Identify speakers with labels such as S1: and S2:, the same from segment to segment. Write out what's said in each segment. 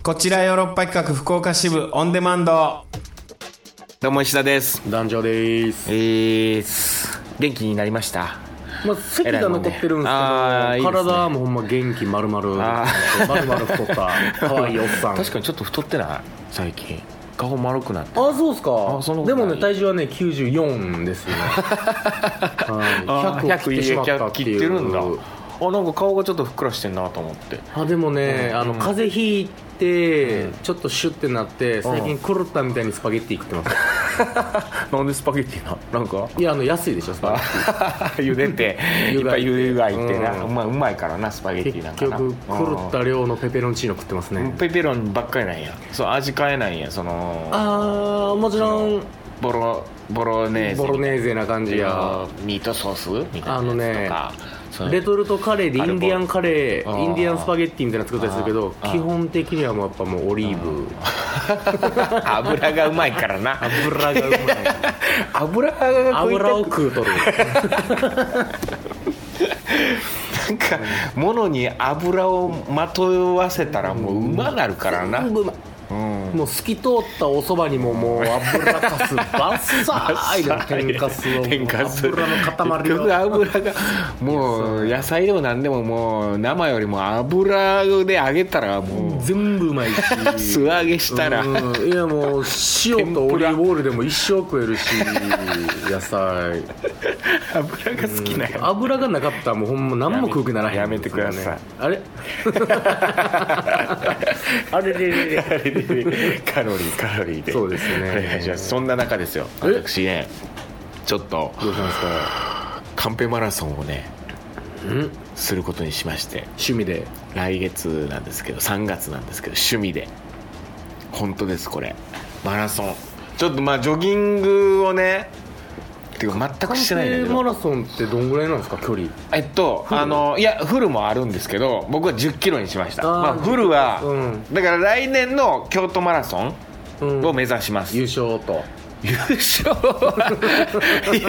S1: こちらヨーロッパ企画福岡支部オンデマンド
S2: どうも石田です。
S3: 団長です。
S2: えーす、元気になりました。
S3: まあ、咳が残ってるんですけど、
S2: あーいいですね
S3: 体はもうほんま元気まるまる、
S2: あ
S3: まるまる太った、可愛いおっさん。
S2: 確かにちょっと太ってない最近。顔丸くなって。
S3: ああ、そうっす
S2: あそんなこと
S3: か。で
S2: ない
S3: もね、体重はね、94ですよ、 ね。はい、100を切ってしまったっていう。
S2: 切ってるんだ。あ、なんか顔がちょっとふっくらしてんなと思って。
S3: あでもね、あの風邪ひいて、
S2: うん
S3: ちょっとシュッてなって最近狂ったみたいにスパゲッティ食ってます、
S2: なんでスパゲッティななんか
S3: いやあの安いでしょスパゲッ
S2: 茹でて、 いっ
S3: 湯
S2: ぱ
S3: が
S2: い
S3: いて
S2: 茹でがいてな。
S3: うん
S2: うまい、うまいからな、スパゲッテ
S3: テ
S2: ィなん
S3: ィ
S2: かな。
S3: 結局狂った量のペペロンチーノ食ってますね、
S2: うんペペロンばっかりなんや。そう、味変えないんや、その。
S3: ああもちろん
S2: ボロ、ボロネーゼみたいな。
S3: ボロネーゼな感じや
S2: ミートソースみたいな
S3: あの
S2: やつと
S3: ね
S2: かそういう
S3: レトルトカレーでイ
S2: あれ
S3: ンディアンカレ
S2: あ
S3: ー
S2: ー
S3: インディアンスパゲッティみたいなの作ったりするけど
S2: あー
S3: 基本的にはもうやっぱもうオリーブ
S2: 油がうまいからな
S3: 油がうま い
S2: 油が食いた
S3: 油を
S2: く
S3: 食うとる
S2: なんか物に油をまとわせたらもううまなるからな
S3: 全部うまい
S2: うん
S3: もう透き通ったおそばにももう油かすバッサーいの天かすを
S2: 天かす
S3: 油の塊
S2: 結局
S3: を
S2: 油がもう野菜でも何でももう生よりも油で揚げたらも
S3: 全部うまいうし
S2: 素揚げしたら
S3: うんいやもう塩とオリーブオイルでも一生食え るし野菜
S2: 油が好き なよ
S3: 油がなかったらもうほんま何も食う気ならへん
S2: やめてください
S3: あれあれれれれ
S2: カロリーカロリーで
S3: そうですね
S2: お願いしますそんな中ですよ
S3: え
S2: 私ねちょっと
S3: どうしたんですか
S2: カンペマラソンをね
S3: ん
S2: することにしまして
S3: 趣味で
S2: 来月なんですけど3月なんですけど趣味で本当ですこれマラソンちょっとまあジョギングをねっていうか全くしてないんだけど
S3: マラソンってどんぐらいなんですか距離
S2: えっとあのいやフルもあるんですけど僕は1 0キロにしました
S3: あー
S2: まあ、フルは、
S3: う
S2: だから来年の京都マラソン
S3: うん
S2: を目指します、
S3: 優勝と
S2: 優勝 はいや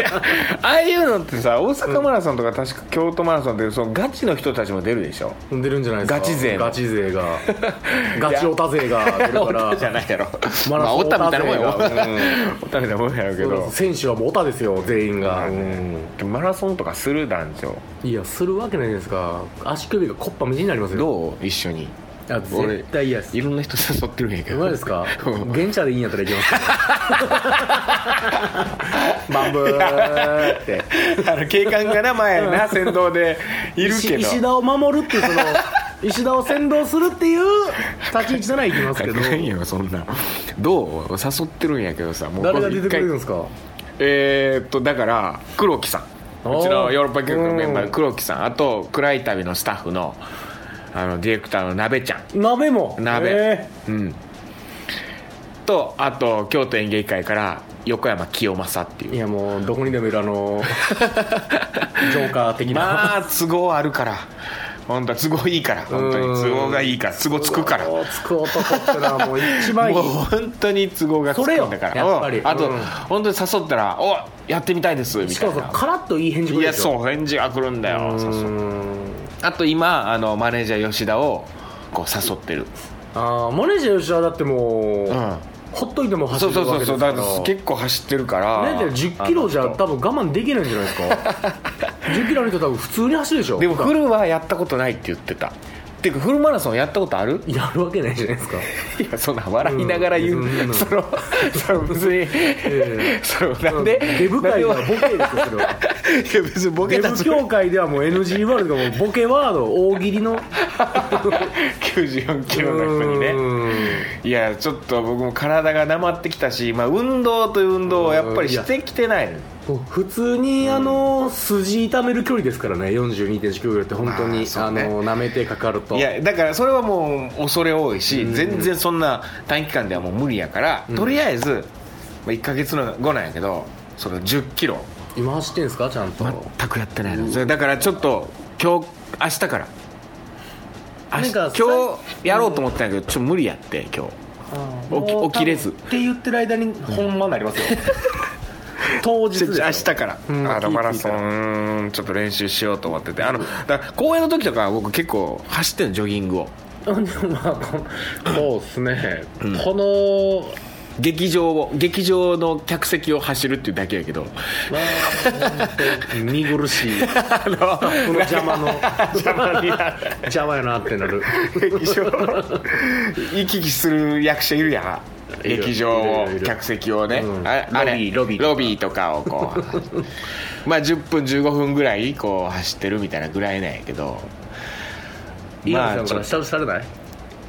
S2: ああいうのってさ大阪マラソンとか確か京都マラソンってそのガチの人たちも出るでしょ
S3: 出るんじゃないですか
S2: ガチ勢の
S3: ガチ勢が ガチオタ勢が出るか
S2: オタじゃ
S3: ら
S2: ないやろ
S3: マラ
S2: まあ
S3: ソン
S2: オタみたいなもんよ
S3: オタ勢が
S2: オタみたいなもんやろうけど
S3: 選手はもうオタですよ全員
S2: ま
S3: が、
S2: あねマラソンとかする男女
S3: いやするわけないですか足首がこっぱみじんになりますよ
S2: どう一緒に
S3: いや絶対嫌です
S2: いろんな人誘ってるんやけ
S3: う
S2: ど
S3: まいですか
S2: うん
S3: 現茶でいいんやったらいき ますよバンブーって
S2: あの警官がな前な先導でいる
S3: 石
S2: けど
S3: 石田を守るってい うその石田を先導するっていう立ち位置ならいきますけど
S2: ないよそんなどう誘ってるんやけどさもう
S3: 誰が出てくれるん
S2: 一回
S3: ですか
S2: えー、っとだから黒木さん
S3: おー
S2: うちのヨーロッパ企画のメンバー
S3: うん
S2: の黒木さんあと暗い旅のスタッフのあのディレクターの鍋ちゃん
S3: 鍋も
S2: 鍋
S3: え
S2: うんとあと京都演芸会から横山清正って
S3: ーい
S2: いう
S3: やもうどこにでもいる あのジョーカー的な、
S2: まあ都合あるから本当は都合いいから本当に
S3: うん
S2: 都合がいいから都合つくからも
S3: つく男ってのはもう一
S2: う
S3: 番いい
S2: 本当に都合がつくんだから
S3: それよやっぱり
S2: うんあと、
S3: うん
S2: 本当に誘ったら「おやってみたいです」み
S3: したかも
S2: い
S3: そ
S2: な
S3: のカラッといい返事く
S2: い
S3: れ
S2: や
S3: るでしょ
S2: そう返事が来るんだよそうそう
S3: うん
S2: あと今あのマネージャー吉田をこう誘ってる、
S3: ああマネージャー吉田だってもう、ほっといても走
S2: そう
S3: る
S2: そう
S3: わ
S2: そう
S3: けで
S2: そう
S3: すか
S2: だ
S3: ら
S2: から結構走ってるから
S3: ねで1 0キロじゃ多分我慢できないんじゃないですか1 0キロの人多分普通に走るでしょ
S2: でも
S3: 普段
S2: フルはやったことないって言ってたっていうかフルマラソンやったことある
S3: やるわけないじゃないですか
S2: いやそんな笑いながら言う、
S3: うん
S2: そのその別に、
S3: え
S2: そのなん で
S3: デブ界はボケですよそ れは
S2: でいや別にボケ
S3: デ
S2: た
S3: ブ
S2: つもり
S3: 協会ではもう NG ワードがもうボケワード大喜利 の
S2: 94キロの人にねいやちょっと僕も体がなまってきたし、まあ、運動という運動をやっぱりしてきてない
S3: うん普通にあの筋痛める距離ですからね42.195キロって本当
S2: ま
S3: に
S2: あそ
S3: あ
S2: うね
S3: の舐めてかかると
S2: いやだからそれはもう恐れ多いし、全然そんな短期間ではもう無理やから、とりあえず、まあ、1か月後なんやけどその1 0キロ
S3: 今走ってんですかちゃんと
S2: 全くやってないの、それだからちょっと今日明日から明
S3: なん
S2: 日
S3: か
S2: 今日やろうと思ったんやけどちょっと無理やって今日起き
S3: もう
S2: 起きれず
S3: って言ってる間にほんまになりますよ当日
S2: ちょ
S3: です
S2: ち
S3: よ
S2: ょ 明日から、
S3: うん
S2: あの
S3: 聞いて
S2: マラソンちょっと練習しようと思っててあのだから公演の時とか僕結構走ってんのジョギングを
S3: でもまあこそうですね、この
S2: 劇場を劇場の客席を走るっていうだけやけど
S3: まあ本当見苦しいこ
S2: あの
S3: の邪魔の 邪魔やなってなる
S2: 劇場行き来する役者いるやん
S3: いる
S2: 劇場
S3: い
S2: を
S3: るいる
S2: 客席をね、
S3: うん
S2: ああれ
S3: ロビー
S2: ロビーとかをこ うまあ10分15分ぐらいこう走ってるみたいなぐらいなんやけど
S3: イ
S2: ま
S3: ラ
S2: あ
S3: さん
S2: ち
S3: か
S2: ょ
S3: ら
S2: っと
S3: 下さ れない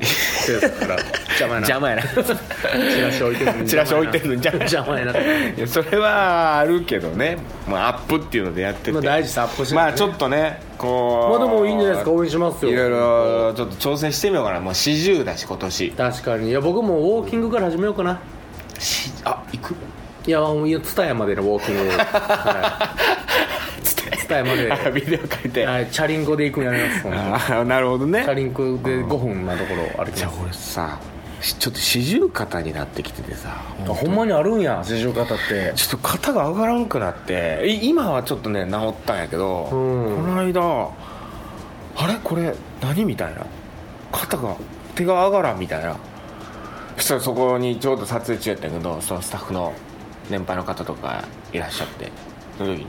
S3: 生徒から邪魔やな
S2: 邪 魔やな
S3: チラシ置いてるのに
S2: チラシ置いてるのに
S3: 邪魔やな邪魔や
S2: いやそれはあるけどね、まあ、アップっていうのでやってて、
S3: なまあ大事さアップして
S2: まあちょっとねこう
S3: まあでもいいんじゃないですか応援しますよ
S2: いろいろちょっと挑戦してみようかなもう40だし今年
S3: 確かにいや僕もウォーキングから始めようかな
S2: しあ行く
S3: いやもう蔦屋までのウォーキングをはい蔦屋ま で
S2: あビデオ借りて、
S3: はいチャリンコで行くんやりますもんチ
S2: あなるほどね
S3: ャリンコで5分なところ歩き
S2: じゃあ
S3: ます
S2: 俺さしちょっと四十肩になってきててさ
S3: あほんまにあるんや四十肩って
S2: ちょっと肩が上がらんくなってい今はちょっとね治ったんやけど、
S3: うん
S2: この間あれこれ何みたいな肩が手が上がらんみたいなそしたらそこにちょうど撮影中やったんやけどそのスタッフの年配の方とかいらっしゃってその時に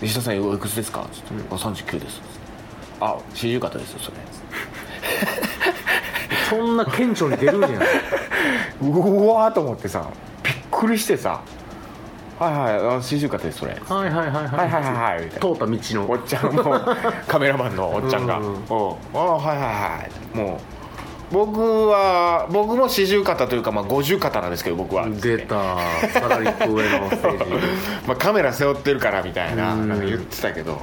S2: 「西田さんおいくつですか?」つって「あ39です」つってあ四十肩ですよそれ」
S3: そんな顕著に出るんや
S2: うわーと思ってさびっくりしてさ「はいはいあ四十肩ですそれ」
S3: はいはいはい
S2: は
S3: はい
S2: はいはいはい」みたいな
S3: 通った道の
S2: おっちゃん もカメラマンのおっちゃんが「
S3: うん
S2: おうああはいはいはい」もう僕は僕も四十肩というか、まあ、五十肩なんですけど僕は、
S3: 出たサラリップ上のステージ
S2: まあ、カメラ背負ってるからみたいな
S3: うん
S2: なんか言ってたけどい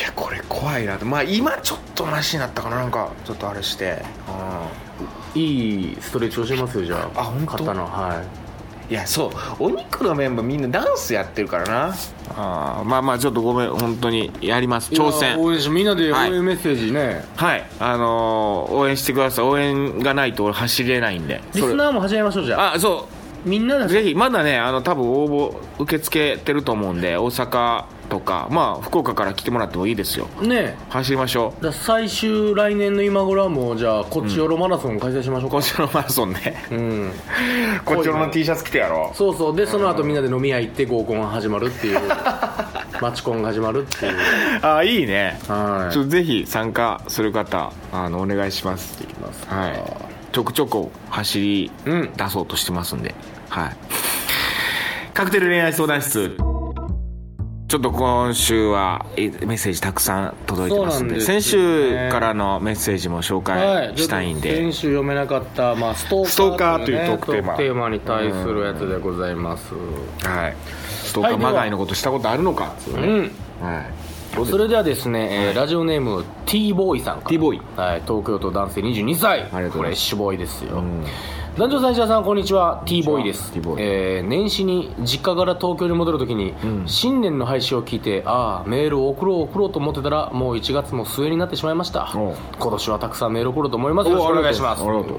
S2: やこれ怖いなとまあ今ちょっとマシになったかななんかちょっとあれして、
S3: いいストレッチをしますよじゃあ
S2: あ本当
S3: 肩のはい
S2: うん、いやそうお肉のメンバーみんなダンスやってるからなあーまあまあちょっとごめん本当にやります挑
S3: いや
S2: 戦
S3: 応援しみんなで応
S2: はい
S3: 援メッセージね、
S2: はい、あのー応援してください。応援がないと俺走れないんで。
S3: リス
S2: それ
S3: ナーも始めましょうじゃあ
S2: あ、そ
S3: みんな
S2: う。
S3: で
S2: ぜひ、まだね、あの、多分応募受け付けてると思うんで、大阪とか、まあ、福岡から来てもらってもいいですよ。
S3: ね
S2: 走りましょ
S3: えだから最終来年の今頃はもうじゃあこっちよろマラソン開催しましょう
S2: う。こ
S3: か
S2: っちのマラソンね。
S3: うん
S2: こっちの T シャツ着てやろ
S3: そうそうでその後みんなで飲み屋行って合コンが始まるっていう マチコンが始まるっていう
S2: う。あ、いいね。
S3: はい
S2: ちょっとぜひ参加する方、あの、お願いします。
S3: ますか
S2: はい。ちょくちょく走り
S3: うん
S2: 出そうとしてますんで。はい。カクテル恋愛相談室。ちょっと今週はえメッセージたくさん届いてますんで
S3: そうなん
S2: 先
S3: ですよね
S2: 週からのメッセージも紹介したいん
S3: ちょっと
S2: で、
S3: 先週読めなかった、まあ、スト
S2: スト
S3: ー
S2: ー
S3: カ
S2: カ
S3: ー
S2: ー
S3: と
S2: と
S3: い,、
S2: いううトークテーマ
S3: トークテーマに対するやつでございます
S2: はい、ストーカーまがいのことしたことあるのか、
S3: うん
S2: はい、
S3: それではですね、えーラジオネーム T ボーイさんから
S2: T ボーイ
S3: はい、東京都男性22歳
S2: ありがとうございます
S3: これシュボーイですよ、
S2: ん
S3: 男女最初さんこんにちは T ボーイです、
S2: T ボーイ
S3: えー年始に実家から東京に戻るときに、新年の配信を聞いてああメールを送ろう送ろうと思ってたらもう1月も末になってしまいました
S2: おう
S3: 今年はたくさんメール送ろうと思いますよろしく
S2: おう
S3: お願いします
S2: ありがとう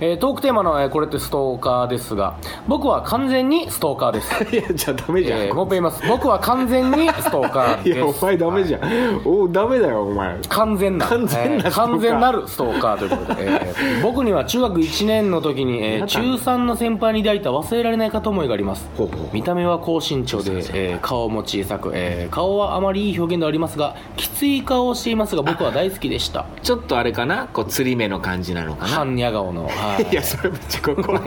S3: えートークテーマの、えーこれってストーカーですが僕は完全にストーカーです
S2: いやじゃあダメじゃん、
S3: えーもう一回言います僕は完全にストーカー
S2: い
S3: です
S2: やお前ダメじゃん、おダメだよお前
S3: 完全な
S2: 完全なストー
S3: えー
S2: カー
S3: 完全なるストーカーということで、えー僕には中学1年の時に、えー中3の先輩に抱いた忘れられない片思いがあります
S2: ほうほうほう
S3: 見た目は高身長で、えー顔も小さく、えー顔はあまりいい表現ではありますがきつい顔をしていますが僕は大好きでした
S2: ちょっとあれかなこう釣り目の感じなのかな
S3: 半ニャ顔の、は い
S2: いやそれめっちゃ怖い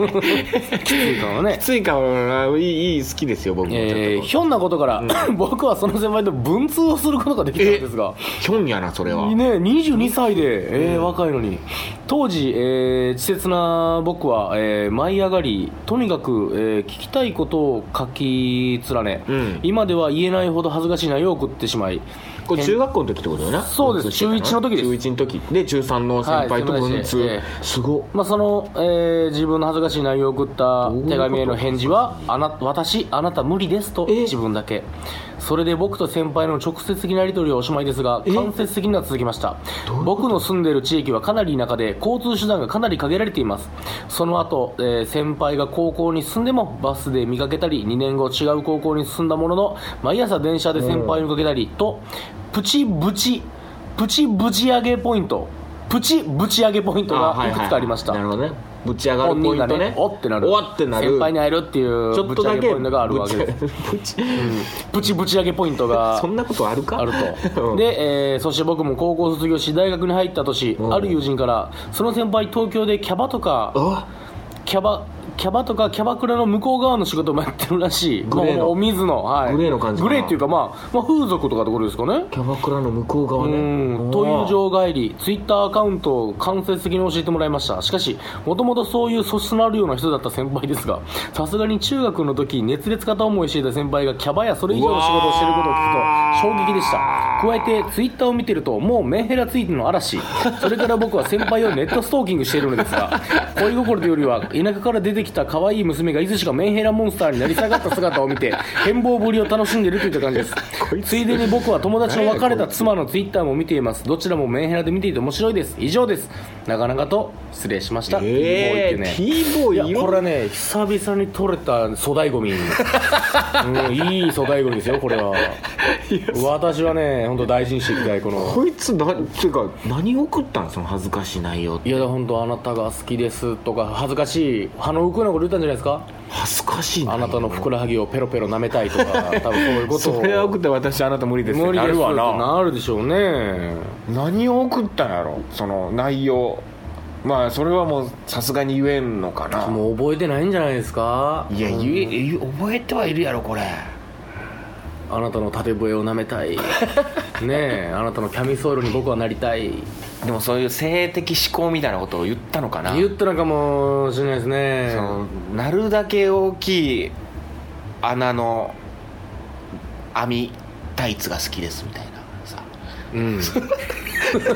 S3: きつい顔のね
S2: きつい顔いいいい好きですよ僕もちょっと
S3: えーひょんなことから、僕はその先輩と文通をすることができたんですが
S2: ひょんやなそれは
S3: ね、22歳で、えー若いのに当時、えー稚拙な僕は、えー舞い上がりとにかく、えー聞きたいことを書き連ね、
S2: うん
S3: 今では言えないほど恥ずかしい内容を送ってしまい
S2: これ中学校の時ってことだよな
S3: そうです
S2: 文通してた
S3: 中一の時です
S2: 中1の時で中3の先輩と文通、
S3: はいそうです
S2: ごっ
S3: まあ、その、えー自分の恥ずかしい内容を送った手紙への返事は「あな私あなた無理です」と自分だけそれで僕と先輩の直接的なやり取りはおしまいですが間接的には続きました僕の住んでいる地域はかなり田舎で交通手段がかなり限られていますその後、えー先輩が高校に進んでもバスで見かけたり2年後違う高校に進んだものの毎朝電車で先輩を見かけたりとプチブチプチブチ上げポイントプチぶち上げポイント
S2: あは
S3: が
S2: はい
S3: くつかありました
S2: なるほどねぶち上がる
S3: 本
S2: ポ
S3: 人
S2: イ
S3: が
S2: ント
S3: ね
S2: ね
S3: おってなる
S2: おわってなる
S3: 先輩に会えるっていう
S2: ちょっ
S3: ぶ
S2: と
S3: ち上
S2: だけ
S3: げポイントがあるわけです
S2: ぶちぶち
S3: プチぶち上げポイントが
S2: そんなことあるか
S3: あると、
S2: うん
S3: で、えーそして僕も高校卒業し大学に入った年、
S2: ん
S3: ある友人からその先輩東京でキャバとか
S2: あ
S3: キャバキャバとかキャバクラの向こう側の仕事もやってるらしい
S2: グレーの
S3: まあお水の、はい、
S2: グレーの感じか
S3: グ
S2: な
S3: レーっていうか、まあ、まあ風俗とかところですかね
S2: キャバクラの向こう側ね
S3: うんという場外りツイッターアカウントを間接的に教えてもらいましたしかしもともとそういう素質のあるような人だった先輩ですがさすがに中学の時熱烈片思いしていた先輩がキャバやそれ以上の仕事をしていることを聞くと衝撃でした加えてツイッターを見てるともうメンヘラツイートの嵐それから僕は先輩をネットストーキングしているのです が恋心というよりは田舎から出てきた可愛い娘がいつしかメンヘラモンスターになり下がった姿を見て変貌ぶりを楽しんでいるといった感じですついでに僕は友達の別れた妻のツイッターも見ていますどちらもメンヘラで見ていて面白いです以上ですなかなかと失礼しました
S2: ええ
S3: T ボーイってね
S2: T ボ
S3: いや
S2: ーイ
S3: これはね久々に取れた粗大 ゴミ、うん、いい粗大ゴミですよこれは私はね本当大事にしていきたいこの
S2: こいつなっていうか何送ったんその恥ずかしい内容
S3: いや本当あなたが好きですとか恥ずかしい歯の浮くようなこと言ったんじゃないですか
S2: 恥ずかしい
S3: あなたのふくらはぎをペロペロ舐めたいと か多分そういうことを
S2: それは送って私あなた無理です
S3: 無理です
S2: なるわ
S3: な
S2: な
S3: なるでしょうね
S2: 何を送ったんやろその内容まあそれはもうさすがに言えんのかな
S3: もう覚えてないんじゃないですか
S2: いや言え言え覚えてはいるやろこれ
S3: あなたの縦笛を舐めた いねえあなたのキャミソールに僕はなりたい
S2: でもそういう性的思考みたいなことを言ったのかな
S3: 言ったのかもしれないです
S2: その
S3: ね
S2: なるだけ大きい穴の網タイツが好きですみたいなさ
S3: うん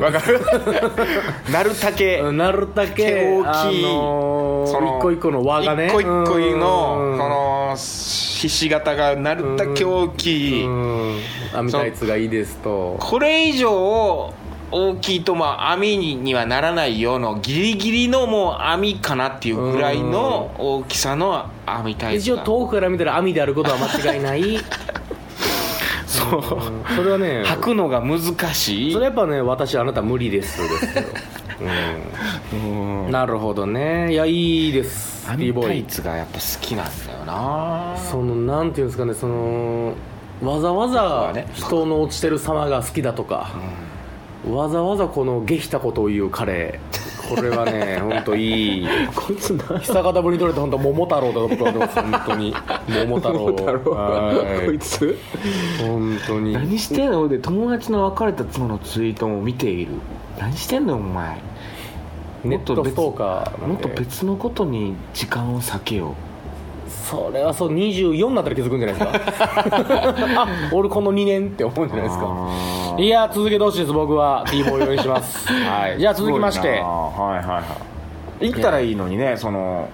S2: わ、かるなるだけ
S3: なるだけ
S2: 手大きい
S3: あのー
S2: その
S3: 一個一個の輪がね
S2: 一個一個のこ
S3: うん
S2: のひし形がなるだけ大きい
S3: うん網タイツがいいですと
S2: これ以上大きいとまあ網ににはならないようなギリギリのもう網かなっていうぐらいの大きさの網タイツ
S3: 一応
S2: が
S3: 遠くから見たら網であることは間違いない
S2: そう
S3: それはね
S2: 履くのが難しい
S3: それやっぱね私あなた無理ですですよ、 うん、なるほどねいやいいです
S2: ア
S3: T
S2: ミ
S3: ボ
S2: タ
S3: ー
S2: イ
S3: イ
S2: ツがやっぱ好きなんだよな
S3: そのなんていうんですかねそのわざわ
S2: は
S3: ざ
S2: ね
S3: 人の落ちてる様が好きだとか、わざわざこの下ひたことを言う彼これは ね本当いい
S2: こいつな
S3: 久方ぶりに撮れた本当桃太郎とか僕はどうです本当に桃太郎はい
S2: こいつ
S3: 本当に
S2: 何してんので友達の別れた妻のツイートも見ている何してんのお前
S3: ネットストーカーなんで
S2: もっと別のことに時間を避けよ
S3: それはそう24になったら気づくんじゃないですか あ俺この2年って思うんじゃ
S2: う
S3: ないですか
S2: あー
S3: いや続けてほしいです僕は T ボーイ応援します
S2: はい
S3: じゃあ続きまして
S2: すごいなはいはいはい行ったらいいのにねその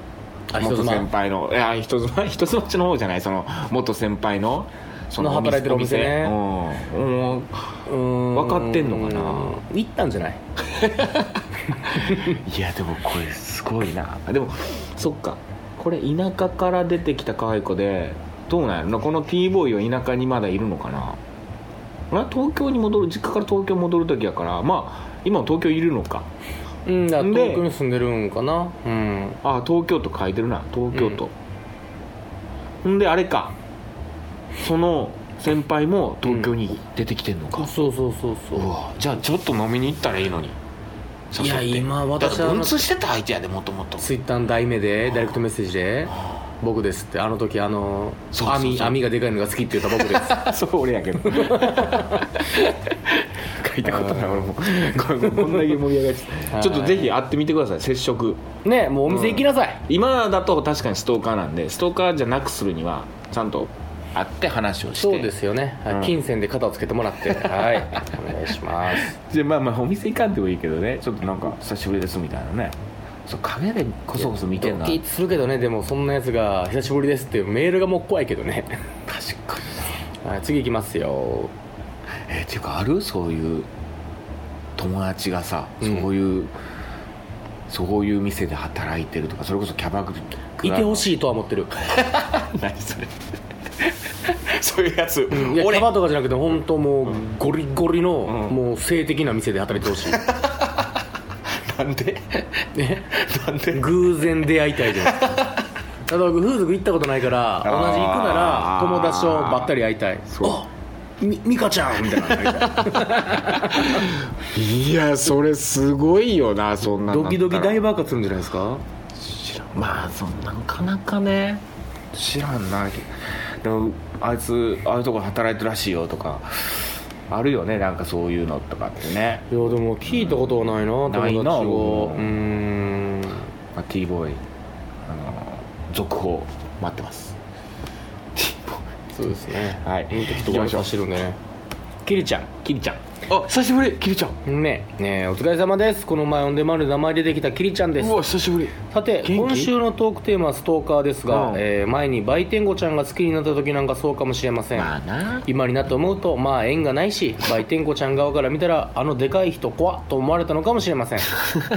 S3: あ人
S2: 元
S3: 妻
S2: 先輩のいや人妻 人妻っちの方じゃないその元先輩のそ
S3: の働いてるお店ね
S2: うんうん
S3: 分
S2: 分かってんのかな
S3: 行ったんじゃない
S2: いやでもこれすごいなでもそっかこれ田舎から出てきた可愛い子でどうなんやろなこの T ボーイは田舎にまだいるのかなあ東京に戻る実家から東京戻る時やからまあ今も東京いるのか
S3: うんだから
S2: で
S3: 東京に住んでるんかなうん
S2: あ東京都書いてるな東京都、んであれかその先輩も東京に出てきてんのか、
S3: そうそうそうそう
S2: うわじゃあちょっと飲みに行ったらいいのに
S3: いや
S2: 誘って
S3: 今私
S2: だって
S3: あの
S2: 文通してた相手やでもともと
S3: ツイッターの題名でダイレクトメッセージで「僕です」ってあの時あの
S2: そうそうそう
S3: 網網がでかいのが好きって言った僕です
S2: そう俺やけ ど書いたことない俺もこれこんだけ盛り上がっちゃ
S3: は
S2: っ
S3: い
S2: たちょっとぜひ会ってみてください接触
S3: ねえもうお店行きなさい、
S2: 今だと確かにストーカーなんでストーカーじゃなくするにはちゃんと会って話をして
S3: そうですよね、はい
S2: うん
S3: 金銭で肩をつけてもらってはいお願いします
S2: じゃあまあまあお店行かんでもいいけどねちょっとなんか久しぶりですみたいなねそう影でこそこそ見てん
S3: ド
S2: な
S3: キッとするけどねでもそんなやつが「久しぶりです」っていうメールがもう怖いけどね
S2: 確か
S3: はい次行きますよ
S2: にえーっていうかあるそういう友達がさ、
S3: うん
S2: そういうそういう店で働いてるとかそれこそキャバクラ
S3: いてほしいとは思ってる
S2: 何それそういうやつ、
S3: いやキ
S2: 俺
S3: ャバとかじゃなくて本当もうゴリゴリの
S2: うん
S3: もう性的な店で働いてほ しい
S2: なんで
S3: ね
S2: なんで
S3: 偶然出会いた いじゃないですかただ僕風俗行ったことないから同じ行くなら
S2: あー
S3: 友達とばったり会いたい
S2: そう
S3: あみ美香ちゃんみたいなの会いたい
S2: いやそれすごいよなそんなの
S3: ドキドキ大
S2: ぶ
S3: 爆発するんじゃないですか
S2: まあそんなかなかね知らんなでもあいつああいうとこ働いてるらしいよとかあるよねなんかそういうのとかってね、
S3: いやでも聞いたことはないな友
S2: ない
S3: 達
S2: な
S3: を
S2: 僕も
S3: うーん
S2: まあ、T ボーイあの続報待ってます
S3: そうですね
S2: はい
S3: うんちょっとご挨拶してるんでねキリちゃん
S2: キリちゃんあ久しぶりキリちゃん
S3: ねねお疲れ様ですこの前オンデマンドで名前出てきたキリちゃんです
S2: うわ久しぶり
S3: さて
S2: 気
S3: 今週のトークテーマはストーカーですが、
S2: うん
S3: えー前に売店子ちゃんが好きになった時なんかそうかもしれません、
S2: まあな
S3: 今になって思うとまあ縁がな いし売店子ちゃん側から見たらあのでかい人怖っと思われたのかもしれま せん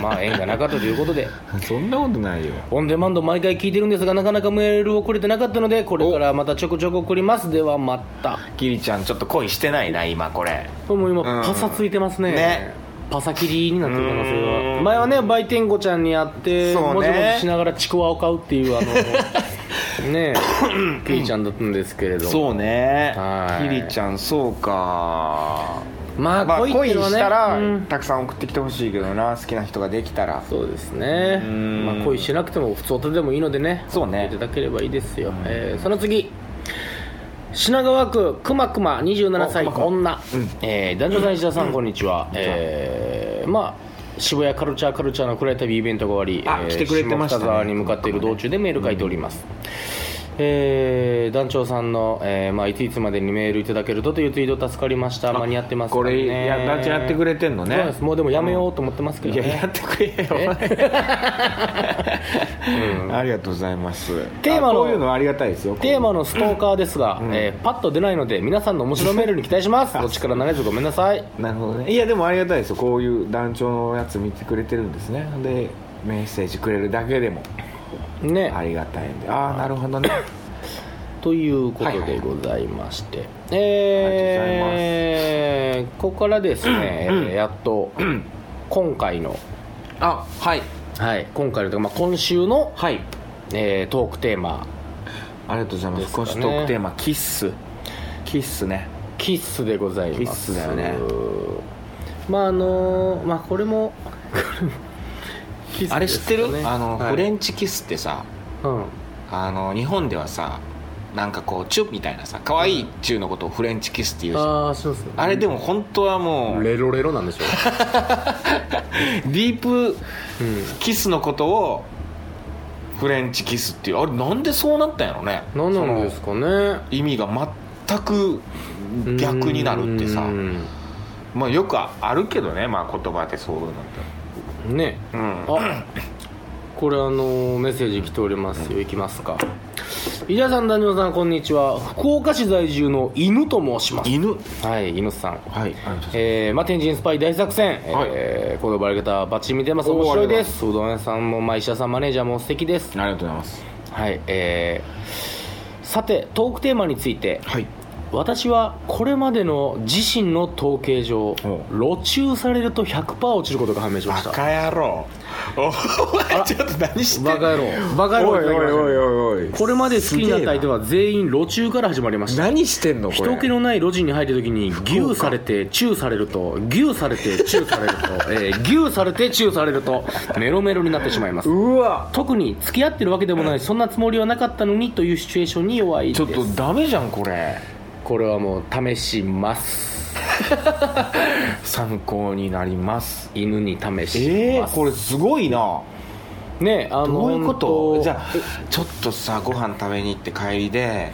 S3: まあ縁がなかったということで
S2: そんなことないよ
S3: オンデマンド毎回聞いてるんですがなかなかメール送れてなかったのでこれからまたちょこちょこ送りますではまた
S2: キリちゃんちょっと恋してないな今これ
S3: これもう今
S2: うん
S3: パサついてますね,、
S2: ね
S3: パサ切りになってる可能性
S2: う
S3: は
S2: ん
S3: 前はね売店子ちゃんに会って
S2: そうね
S3: もじもじしながらちくわを買うっていうあ のねえキリちゃんだったんですけれども
S2: そうね
S3: はい
S2: キリちゃんそうか
S3: まあ、
S2: まあ
S3: 恋って
S2: 恋
S3: いうのはね
S2: したら
S3: うん
S2: たくさん送ってきてほしいけどな好きな人ができたら
S3: そうですね、
S2: ん
S3: まあ、恋しなくても普通音でもいいのでね
S2: そうね
S3: 送っていただければいいですよ、えーその次品川区くまくま27歳
S2: おくまくま
S3: 女、えー男女さん石田さん、こんにちは、えーまあ渋谷カルチャーカルチャーの暗い旅イベントが終わ
S2: あ
S3: り、えー
S2: 来てくれてましたね
S3: 下北沢に向かっている道中でメール書いております、えー団長さんの、えーまあ、いついつまでにメールいただけるとというツイート助かりました間に合ってます
S2: これいや団長やってくれてんのね
S3: そうですもうでもやめようと思ってますけど、
S2: い
S3: ね
S2: ややってくれよありがと うございます
S3: テーマの
S2: あこういうのはありがたいですよ
S3: テーマのストーカーですが、えーパッと出ないので皆さんの面白メールに期待し ますお力なれずごめんなさい
S2: なるほどねいやでもありがたいですよこういう団長のやつ見てくれてるんですねでメッセージくれるだけでも
S3: ね、
S2: ありがたいんでああなるほどね
S3: ということでございまして、えーここからですね、えーやっと、今回の
S2: あはい
S3: はい今回のというか、まあ、今週の、
S2: はい
S3: えートークテーマ
S2: ありがとうございま
S3: です
S2: す
S3: かね
S2: 今週トークテーマキッスキッスね
S3: 「キッス」でございます
S2: キッスだよね
S3: まああのーまあこれもこれもキッスです かね
S2: あれ知ってるあの、
S3: はい
S2: フレンチキスってさ
S3: うん
S2: あの日本ではさなんかこうチュッみたいなさ可愛いチューのことをフレンチキスって言うじゃん、
S3: ああそうですね
S2: あれでも本当はもうデ
S3: レロレロなんでしょ
S2: ィープキスのことをフレンチキスっていうあれなんでそうなったんやろね
S3: う何なんです
S2: その
S3: かね
S2: 意味が全く逆になるってさ
S3: うん
S2: まあよくああるけどねまあ言葉でそういうのって
S3: ね
S2: うん
S3: あこれあのメッセージ来ておりますよいきますか伊田さん男女さんこんにちは福岡市在住の犬と申します
S2: 犬
S3: はい犬さん
S2: はいありがとうございます
S3: えー、まあ、天神スパイ大作戦、
S2: はい
S3: えー、このバレ方バッチリ見てます面白いですうどん屋さんも、まあ、医者さんマネージャーも素敵です
S2: ありがとうございます
S3: はいえー、さてトークテーマについて
S2: はい
S3: 私はこれまでの自身の統計上
S2: お
S3: 路中されると100%落ちることが判明しま
S2: バ
S3: した
S2: カ野郎お前ちょっと何してん
S3: バカ野郎バカ野郎いただきました
S2: おいおい
S3: これまで好きになった相手
S2: は
S3: は全員路中から始まりました
S2: 何してんのこれ
S3: 人気のない路地に入るときにギューされてチューされるとギューされてチューされ ると、えー、ギューされてチューされるとメロメロになってしまいます
S2: うわ
S3: 特に付き合ってるわけでもないそんなつもりはなかったのにというシチュエーションに弱いです
S2: ちょっとダメじゃんこれ
S3: これはもう試します
S2: 参考になります
S3: 犬に試し
S2: ええ
S3: ます、
S2: これすごいな
S3: ねあの
S2: どういうこ
S3: 本
S2: と
S3: 当
S2: じゃあちょっとさご飯食べに行って帰りで、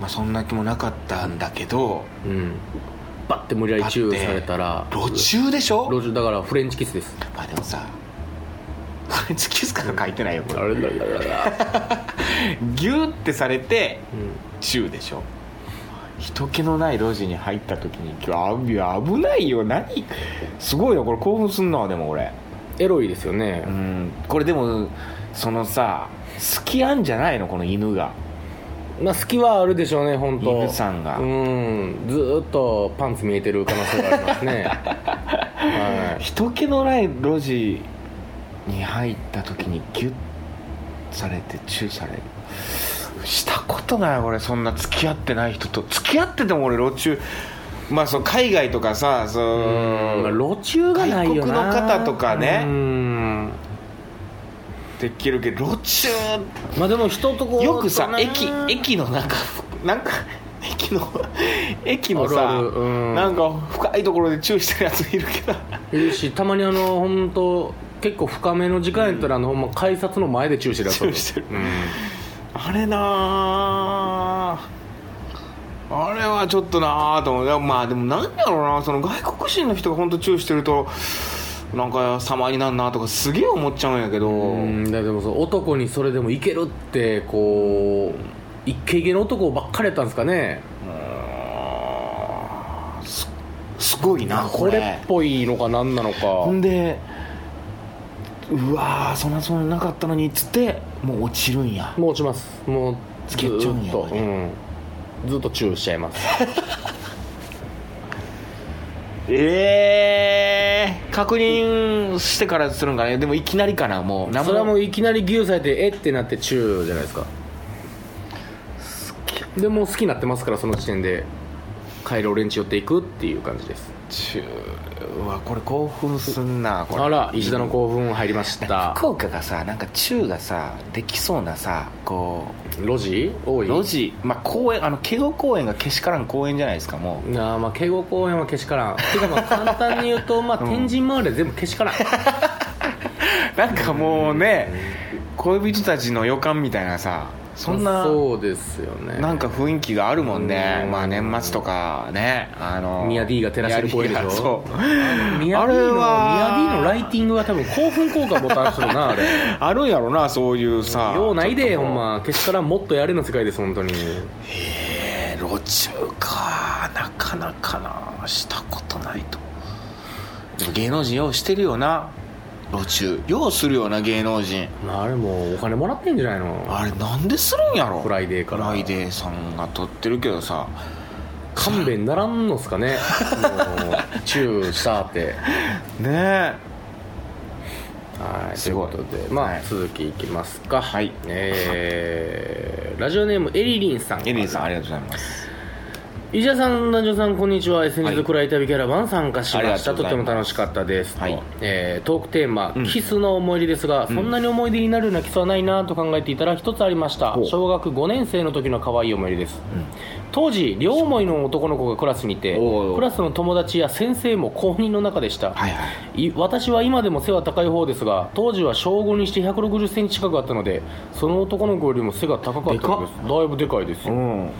S2: まあ、そんな気もなかったんだけど
S3: うん、バッて無理やりチューされたら
S2: 路中でしょ
S3: 路中だからフレンチキスです
S2: まあでもさフレンチキスから書いてないよこれ
S3: れだだ
S2: ギューってされてチューでしょ人気のない路地に入った時にあぶ危ないよ何すごいよこれ興奮すんなでも俺
S3: エロいですよね
S2: うんこれでもそのさ好きあんじゃないのこの犬が
S3: まあ隙はあるでしょうね本当
S2: イブさんが
S3: うんずーっとパンツ見えてる可能性がありますねはい
S2: 人気のない路地に入った時にギュッされてチューされるしたことない俺そんな付き合ってない人と付き合ってても俺路中まあその海外とかさその
S3: まあ路中がないよな
S2: 外国の方とかね
S3: うん
S2: できるけど路中
S3: まあでも人とこう
S2: よく
S3: そ
S2: さ
S3: んな
S2: 駅駅のなんかなんか駅の 駅もさ
S3: あるあるうん
S2: なんか深いところでチューしてるやついるけど
S3: いいしたまにあの本当結構深めの時間やったらあのほんま改札の前で注意してるやつ
S2: チューしてる
S3: うん
S2: あれなああれはちょっとなあと思ういやまあでもなんだろうなその外国人の人が本当チューしてるとなんか様になんなとかすげえ思っちゃうんやけど、
S3: うんだでもそう男にそれでもいけるってこうイッケイケの男ばっかりやったんですかね
S2: すごいなこ
S3: こ
S2: れ
S3: れっぽいのか何なのか
S2: ほんでうわーそんなつもりなかったのにっつってもう落ちるんや
S3: もう落ちますもう
S2: つ
S3: ず
S2: けちゃうん
S3: ーっ
S2: や
S3: と
S2: これ
S3: うんずっとチューしちゃいます
S2: ええ確認してからするんかねでもいきなりかなもう
S3: それはもういきなり牛されてえってなってチューじゃないですかでもう好きになってますからその時点で帰る俺んち寄っていくっていう感じです
S2: ちゅううわこれ興奮すんなこれ
S3: あら石田の興奮入りました
S2: 福岡がさなんか中がさできそうなさこ
S3: 路地多
S2: う
S3: い
S2: 路地まあ公園あの敬語公園がけしからん公園じゃないですかも
S3: なあまあ敬語公園はけしからんていうかまあ簡単に言うと、まあ、天神周りは全部けしからん
S2: う なんかもうね恋人たちの予感みたいなさそんな
S3: そうですよね
S2: なんか雰囲気があるもんね
S3: うん
S2: まあ年末とかねあの
S3: ミヤ D が照らしてる公園でしょ
S2: ミヤ D がそう
S3: ミヤ
S2: あ
S3: D
S2: れ
S3: のミヤ D
S2: は
S3: のライティングは多分興奮効果もたらしてるなあれ
S2: あるんやろなそういうさ
S3: ようないで
S2: ちょっ
S3: ほ
S2: と
S3: んまけしからんもっとやれの世界です本当に
S2: えー路中かなかなかなしたことないとでも芸能人ようしてるよな路中ようするよな芸能人
S3: まああれもうお金もらってんじゃないの
S2: あれなんでするんやろ
S3: フライデーから
S2: フライデーさんが撮ってるけどさ
S3: 勘弁ならんのっすか ねもうチューしたって
S2: ね
S3: はいと
S2: す
S3: いう
S2: ご
S3: こ
S2: い
S3: とでまあ、
S2: はい
S3: 続きいきますか
S2: はい
S3: えー、ラジオネームエリリンさん
S2: えエリーさんありがとうございます
S3: 石田さん男女さんこんにちは SNS
S2: はい
S3: 暗い旅キャラバン参加しま
S2: ありが
S3: した
S2: とうご
S3: と
S2: ざ
S3: て
S2: い
S3: も
S2: ます
S3: 楽しかったです、
S2: はい
S3: えートークテーマ、
S2: ん
S3: キスの思い出ですが、そんなに思い出になるようなキスはないなと考えていたら一つありました
S2: ほう
S3: 小学5年生の時の可愛い思い出です、当時両思いの男の子がクラスにいて
S2: おうおう
S3: クラスの友達や先生も公認の中でした、
S2: はいはい
S3: い私は今でも背は高い方ですが当時は小5にして1 6 0ンチ近くあったのでその男の子よりも背が高かったのですだいぶでかいですよ
S2: ん大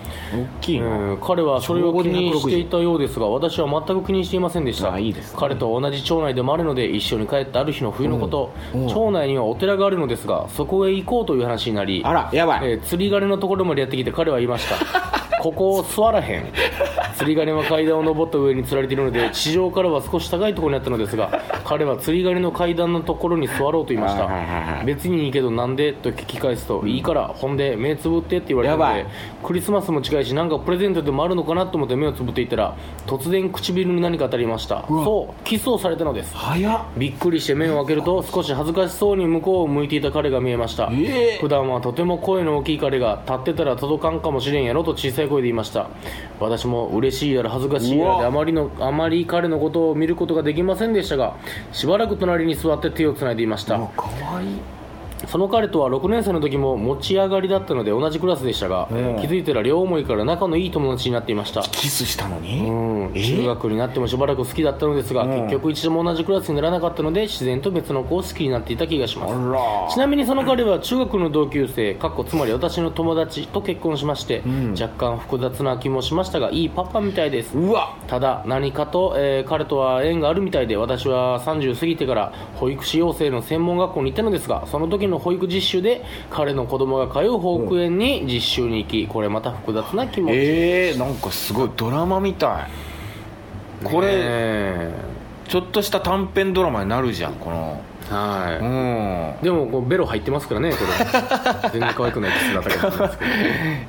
S2: きいな、
S3: うん彼はそれを気にしていたようですが私は全く気にしていませんでした
S2: あいいですね
S3: 彼と同じ町内でもあるので一緒に帰ったある日の冬のこと、町内にはお寺があるのですがそこへ行こうという話になり
S2: あらやばい、
S3: えー釣り鐘のところまでやってきて彼は言いました ここを座らへん釣り鐘は階段を上った上に釣られているので地上からは少し高いところにあったのですが彼は釣り鐘の階段のところに座ろうと言いまし
S2: はいはいはいは
S3: た
S2: い
S3: 別にいいけどなんでと聞き返すと、いいからほんで目つぶってって言われたの
S2: やば
S3: で
S2: い
S3: クリスマスも近いしなんかプレゼントでもあるのかなと思って目をつぶっていたら突然唇に何か当たりましたそうキスをされたのです
S2: 早っ
S3: びっくりして目を開けると少し恥ずかしそうに向こうを向いていた彼が見えました、
S2: ええ
S3: 普段はとても声の大きい彼が立ってたら届かんかもしれんやろと小さい声で言いました私も嬉しいやら恥ずかしいやら
S2: う
S3: で
S2: わ
S3: あまりのあまり彼のことを見ることができませんでしたがしばらく隣に座って手をつないでいました
S2: かわいい
S3: その彼とは6年生の時も持ち上がりだったので同じクラスでしたが、
S2: うん
S3: 気づいたら両思いから仲のいい友達になっていました
S2: キスしたのに、
S3: うん、
S2: え
S3: 中学になってもしばらく好きだったのですが、
S2: うん
S3: 結局一度も同じクラスにならなかったので自然と別の子を好きになっていた気がします
S2: あ
S3: ちなみにその彼は中学の同級生かっこつまり私の友達と結婚しまして、若干複雑な気もしましたがいいパパみたいです
S2: らうわ
S3: ただ何かと、えー彼とは縁があるみたいで私は30過ぎてから保育士養成の専門学校に行ったのですがその時の保育実習で彼の子供が通う保育園に実習に行きこれまた複雑な気持ち
S2: えー、なんかすごいドラマみたいこれ、
S3: ねえ
S2: ちょっとした短編ドラマになるじゃんこの
S3: は
S2: う
S3: い、
S2: ん
S3: でもこうベロ入ってますからねこれ全然可愛くないキスだったけど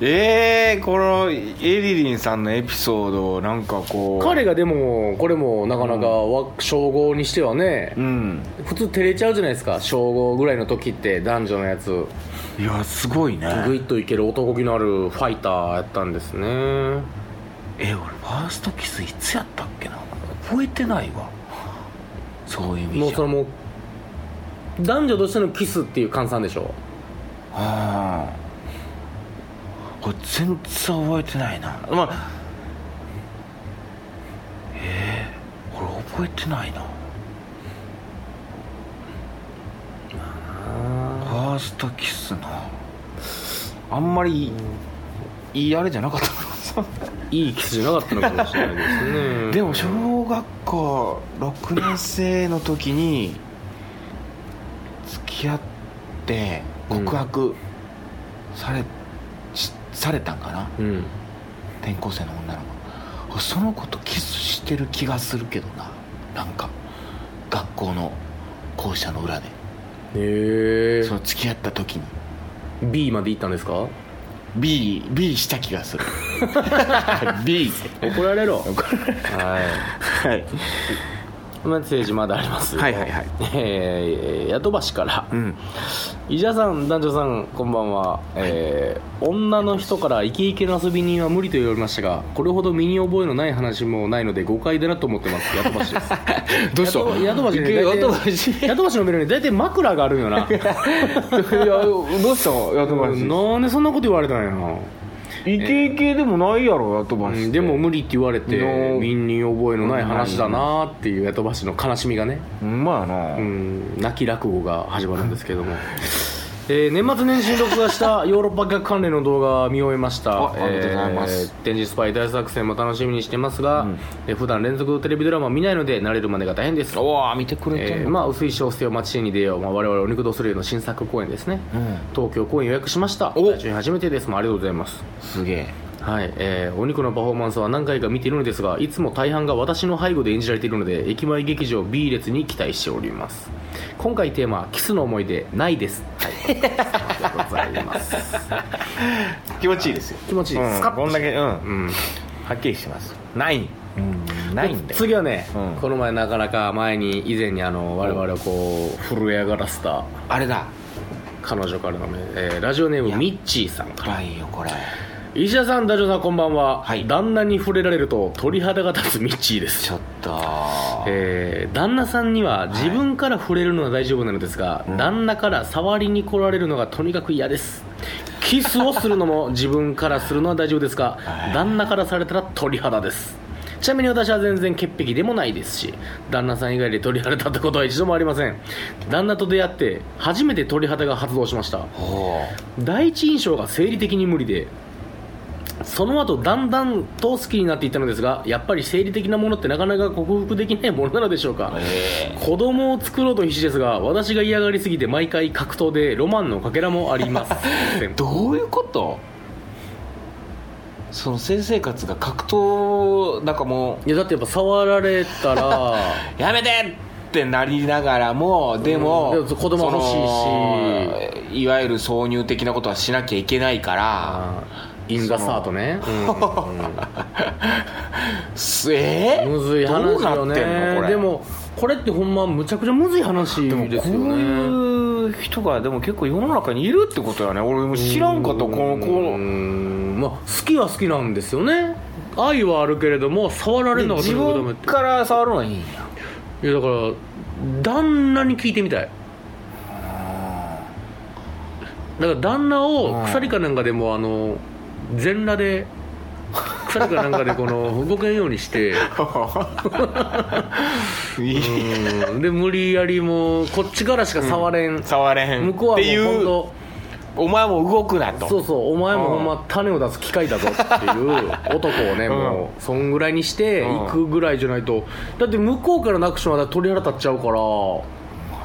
S2: えー、このエリリンさんのエピソードなんかこう
S3: 彼がでもこれもなかなかわ称号にしてはね、
S2: うん
S3: 普通照れちゃうじゃないですか称号ぐらいの時って男女のやつ
S2: いやすごいね
S3: グイッといける男気のあるファイターやったんですね
S2: え俺ファーストキスいつやったっけな覚えてないわそういう意味じゃ
S3: もうそれもう男女としてのキスっていう換算でしょ
S2: ああこれ全然覚えてないなまあええ俺覚えてないなファーストキスなあんまりいいいあれじゃなかったない
S3: いキスじゃなかったのかもしれないですね
S2: でも小学校6年生の時に付き合って告白され,し、されたんかな
S3: うん
S2: 転校生の女の子その子とキスしてる気がするけどななんか学校の校舎の裏で
S3: へえ
S2: その付き合った時に
S3: B まで行ったんですか
S2: B, B した気が する B
S3: 怒られろ は
S2: はい
S3: いまあ政治まだあります
S2: はいはいはい
S3: えー、ヤトバシから
S2: うん
S3: 伊者さん男女さんこんばんは、えー女の人からイケイケの遊び人は無理と言われましたがこれほど身に覚えのない話もないので誤解だなと思ってますヤトバシです
S2: どうし
S3: ヤト
S2: た
S3: ヤトバシね
S2: ヤ
S3: 大
S2: トバ
S3: 体
S2: シ
S3: ヤトバシの目の上に大体枕があるんよ
S2: い
S3: な
S2: やどうしたのヤトバシ
S3: なんでそんなこと言われたんやな
S2: イケイケでもないやろヤトバ
S3: う
S2: シ
S3: んでも無理って言われて
S2: の
S3: 身に覚えのない話だなっていうヤトバシの悲しみがね
S2: うまやな
S3: うん泣き落語が始まるんですけどもえー年末年始に録画したヨーロッパ客関連の動画を見終えました
S2: あありがとうございます
S3: えー展示スパイ大作戦も楽しみにしてますが、えー普段連続テレビドラマを見ないので慣れるまでが大変です
S2: おわ見てくれて
S3: えー
S2: る
S3: まあ、薄い小生を街に出よう、まあ、我々お肉どするよの新作公演ですね、
S2: うん
S3: 東京公演予約しました
S2: お
S3: 来週初めてです、まあ、ありがとうございます
S2: すげえ
S3: はい、えーお肉のパフォーマンスは何回か見ているのですがいつも大半が私の背後で演じられているので駅前劇場 B 列に期待しております今回テーマは「キスの思い出ないです」はいありがとうございます
S2: 気持ちいいですよ
S3: 気持ちいいです
S2: うん
S3: か、
S2: こんだけうん
S3: うん
S2: はっきりしてますないうんないんだよ
S3: 次はね、
S2: うん
S3: この前なかなか前に以前にあの我々をこう震え上がらせた
S2: あれだ
S3: 彼女からのメール、えーラジオネームミッチーさんから
S2: 辛いよこれ
S3: 石田さんダジョさんこんばんは、
S2: はい
S3: 旦那に触れられると鳥肌が立つミッチーです
S2: ちょっと
S3: えー旦那さんには自分から触れるのは大丈夫なのですが、旦那から触りに来られるのがとにかく嫌ですキスをする のも自分からするのは大丈夫ですが
S2: はい
S3: 旦那からされたら鳥肌ですちなみに私は全然潔癖でもないですし旦那さん以外で鳥肌立ったことは一度もありません旦那と出会って初めて鳥肌が発動しました
S2: おー
S3: 第一印象が生理的に無理でその後だんだんと好きになっていったのですがやっぱり生理的なものってなかなか克服できない ものなのでしょうか子供を作ろうと必死ですが私が嫌がりすぎて毎回格闘でロマンのかけらもあります
S2: どういうことその性生活が格闘なんかも
S3: いやだってやっぱ触られ たら
S2: うやめてってなりながらもでも、
S3: うんでも子供は欲
S2: しいしいわゆる挿入的なことはしなきゃいけないから
S3: あーインザスタートね、
S2: すえ
S3: うん
S2: ー
S3: むずい話
S2: ど
S3: よ
S2: うな
S3: ね
S2: ってんのこれ
S3: でもこれってほんまむちゃくちゃむずい話
S2: でも
S3: ですよ
S2: こう
S3: ね
S2: いう人がでも結構世の中にいるってことやね俺も知らんかったこのこ
S3: うー
S2: の
S3: んまあ好きは好きなんですよね愛はあるけれども触られるのがと
S2: 自
S3: にかくダメ
S2: 分
S3: っ
S2: から触るのはいいんや
S3: ていやだから旦那に聞いてみたいだから旦那を鎖かなんかでもあの全裸で鎖かなんかでこの 動けんようにして うんで無理やりもうこっちからしか触れん、
S2: 触れへん
S3: 向こうは
S2: ってい
S3: もうほん
S2: う
S3: と
S2: お前も動くなと
S3: そうそうお前もほんま種を出す機械だぞっていう 男をねもうそんぐらいにして
S2: うん
S3: 行くぐらいじゃないとだって向こうからなくしまだ鳥肌立っちゃうから